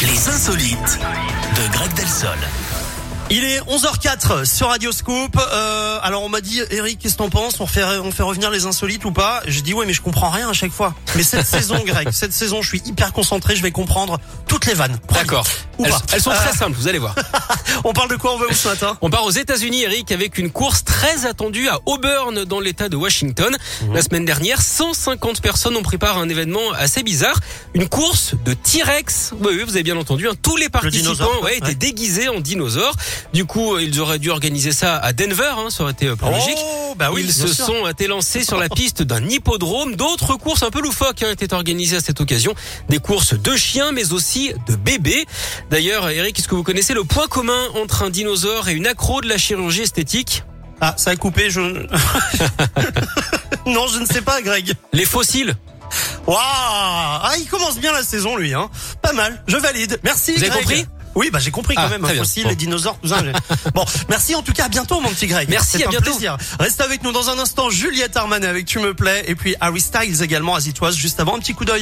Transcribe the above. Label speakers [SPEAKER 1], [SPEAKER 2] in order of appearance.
[SPEAKER 1] Les insolites de Greg Delsol.
[SPEAKER 2] Il est 11h04 sur Radioscope. Euh, alors on m'a dit Eric, qu'est-ce que t'en penses On fait on fait revenir les insolites ou pas J'ai dit ouais, mais je comprends rien à chaque fois. Mais cette saison, Greg, cette saison, je suis hyper concentré. Je vais comprendre toutes les vannes. Promis.
[SPEAKER 3] D'accord.
[SPEAKER 2] Ou
[SPEAKER 3] Elles,
[SPEAKER 2] pas.
[SPEAKER 3] elles sont
[SPEAKER 2] Euh,
[SPEAKER 3] très simples, vous allez voir.
[SPEAKER 2] On parle de quoi On va où ce matin
[SPEAKER 3] On part aux États-Unis, Eric, avec une course très attendue à Auburn, dans l'État de Washington.
[SPEAKER 2] Mhm.
[SPEAKER 3] La semaine dernière, 150 personnes ont préparé un événement assez bizarre, une course de T-Rex. Oui, oui, vous avez bien entendu. hein. Tous les participants
[SPEAKER 2] dinosaure, quoi.
[SPEAKER 3] ouais, étaient
[SPEAKER 2] Ouais.
[SPEAKER 3] déguisés en dinosaures. Du coup, euh, ils auraient dû organiser ça à Denver. hein, ça aurait été euh, plus logique.
[SPEAKER 2] Oh, bah oui,
[SPEAKER 3] Ils
[SPEAKER 2] bien
[SPEAKER 3] se
[SPEAKER 2] sûr.
[SPEAKER 3] sont été lancés sur la piste d'un hippodrome. D'autres courses un peu loufoques hein, étaient organisées à cette occasion. Des courses de chiens, mais aussi de bébés. D'ailleurs, Eric, est-ce que vous connaissez le point commun entre un dinosaure et une accro de la chirurgie esthétique
[SPEAKER 2] Ah, ça a coupé. Je non, je ne sais pas, Greg.
[SPEAKER 3] Les fossiles.
[SPEAKER 2] Waouh Ah, il commence bien la saison, lui. Hein. Pas mal. Je valide. Merci.
[SPEAKER 3] Vous avez
[SPEAKER 2] Greg.
[SPEAKER 3] compris
[SPEAKER 2] Oui, bah j'ai compris quand
[SPEAKER 3] Ah,
[SPEAKER 2] même.
[SPEAKER 3] très bien.
[SPEAKER 2] Fossiles,
[SPEAKER 3] Bon.
[SPEAKER 2] les dinosaures, tout ça. j'ai- bon, merci en tout cas. À bientôt, mon petit Greg.
[SPEAKER 3] Merci,
[SPEAKER 2] C'est
[SPEAKER 3] à
[SPEAKER 2] un
[SPEAKER 3] bientôt.
[SPEAKER 2] plaisir. Reste avec nous dans un instant. Juliette Armanet avec Tu me plais et puis Harry Styles également à Zitoise. Juste avant, un petit coup d'œil.